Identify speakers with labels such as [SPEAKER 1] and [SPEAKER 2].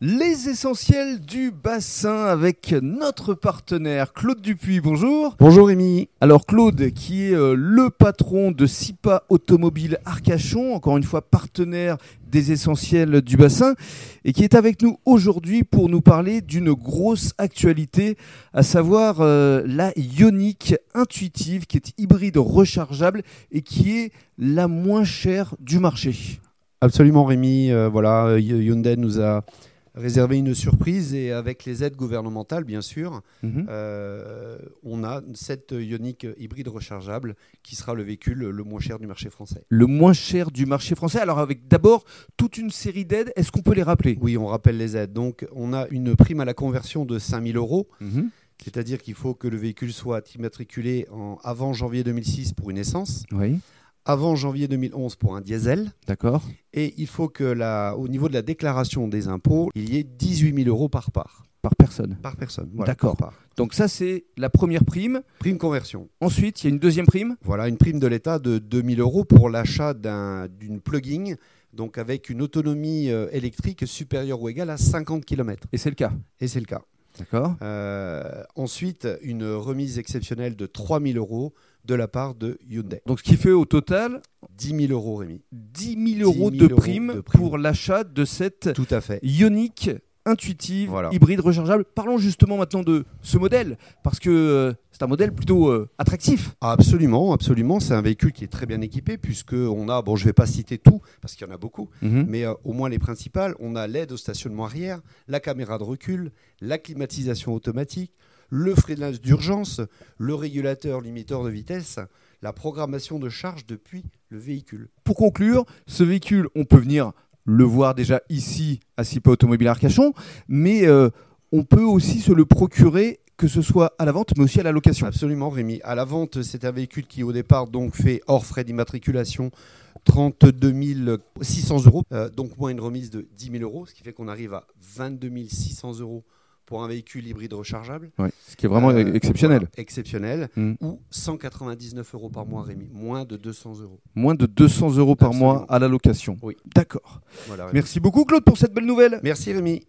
[SPEAKER 1] Les essentiels du bassin avec notre partenaire Claude Dupuis. Bonjour.
[SPEAKER 2] Bonjour Rémi.
[SPEAKER 1] Alors Claude, qui est euh, le patron de SIPA Automobile Arcachon, encore une fois partenaire des essentiels du bassin, et qui est avec nous aujourd'hui pour nous parler d'une grosse actualité, à savoir euh, la ionique intuitive qui est hybride rechargeable et qui est la moins chère du marché.
[SPEAKER 2] Absolument Rémi, Euh, voilà, euh, Hy- Hyundai nous a réservé une surprise et avec les aides gouvernementales bien sûr,
[SPEAKER 1] Mhm.
[SPEAKER 2] euh, on a cette Ioniq hybride rechargeable qui sera le véhicule le moins cher du marché français.
[SPEAKER 1] le moins cher du marché français. Alors avec d'abord toute une série d'aides, est-ce qu'on peut les rappeler
[SPEAKER 2] Oui, on rappelle les aides. Donc on a une prime à la conversion de 5000 euros, c'est-à-dire qu'il faut que le véhicule soit immatriculé en- avant janvier 2006 pour une essence,
[SPEAKER 1] Oui,
[SPEAKER 2] avant janvier 2011 pour un diesel.
[SPEAKER 1] d'accord.
[SPEAKER 2] Et il faut que, la, au niveau de la déclaration des impôts, il y ait 18 000 euros par part.
[SPEAKER 1] Par personne.
[SPEAKER 2] Par personne. Voilà,
[SPEAKER 1] D'accord.
[SPEAKER 2] par part.
[SPEAKER 1] Donc ça c'est la première prime.
[SPEAKER 2] Prime conversion.
[SPEAKER 1] Ensuite, il y a une deuxième prime.
[SPEAKER 2] Voilà, une prime de l'État de 2 000 euros pour l'achat d'un- d'une plug-in, donc avec une autonomie euh, électrique supérieure ou égale à 50 km.
[SPEAKER 1] Et c'est le cas.
[SPEAKER 2] Et c'est le cas.
[SPEAKER 1] D'accord.
[SPEAKER 2] Euh, ensuite, une remise exceptionnelle de 3 000 euros de la part de Hyundai.
[SPEAKER 1] Donc ce qui fait au total
[SPEAKER 2] 10 000 euros, Rémi.
[SPEAKER 1] 10 000 euros,
[SPEAKER 2] 10 000
[SPEAKER 1] de,
[SPEAKER 2] euros
[SPEAKER 1] prime
[SPEAKER 2] de prime.
[SPEAKER 1] pour l'achat de cette
[SPEAKER 2] Tout à fait.
[SPEAKER 1] ionique intuitive
[SPEAKER 2] Voilà.
[SPEAKER 1] hybride rechargeable. Parlons justement maintenant de ce modèle, parce que euh, c'est un modèle plutôt euh, attractif.
[SPEAKER 2] Ah, Absolument, absolument. C'est un véhicule qui est très bien équipé puisque on a, bon, je vais pas citer tout parce qu'il y en a beaucoup, mais euh, au moins les principales. On a l'aide au stationnement arrière, la caméra de recul, la climatisation automatique, le freinage d'urgence, le régulateur limiteur de vitesse, la programmation de charge depuis le véhicule.
[SPEAKER 1] Pour conclure, ce véhicule, on peut venir le voir déjà ici à Cipa Automobile Arcachon, mais euh, on peut aussi se le procurer, que ce soit à la vente, mais aussi à la location.
[SPEAKER 2] Absolument, Rémi. À la vente, c'est un véhicule qui, au départ, donc fait hors frais d'immatriculation 32 600 euros, euh, donc moins une remise de 10 000 euros, ce qui fait qu'on arrive à 22 600 euros pour un véhicule hybride rechargeable.
[SPEAKER 1] ce qui est vraiment
[SPEAKER 2] Euh,
[SPEAKER 1] exceptionnel.
[SPEAKER 2] voilà, exceptionnel.
[SPEAKER 1] Mm.
[SPEAKER 2] Ou 199 euros par mois, Rémi. Moins de 200 euros.
[SPEAKER 1] Moins de 200 euros par
[SPEAKER 2] Absolument.
[SPEAKER 1] mois à la location.
[SPEAKER 2] Oui.
[SPEAKER 1] D'accord.
[SPEAKER 2] Voilà, Rémi.
[SPEAKER 1] Merci beaucoup Claude pour cette belle nouvelle.
[SPEAKER 2] Merci, Rémi.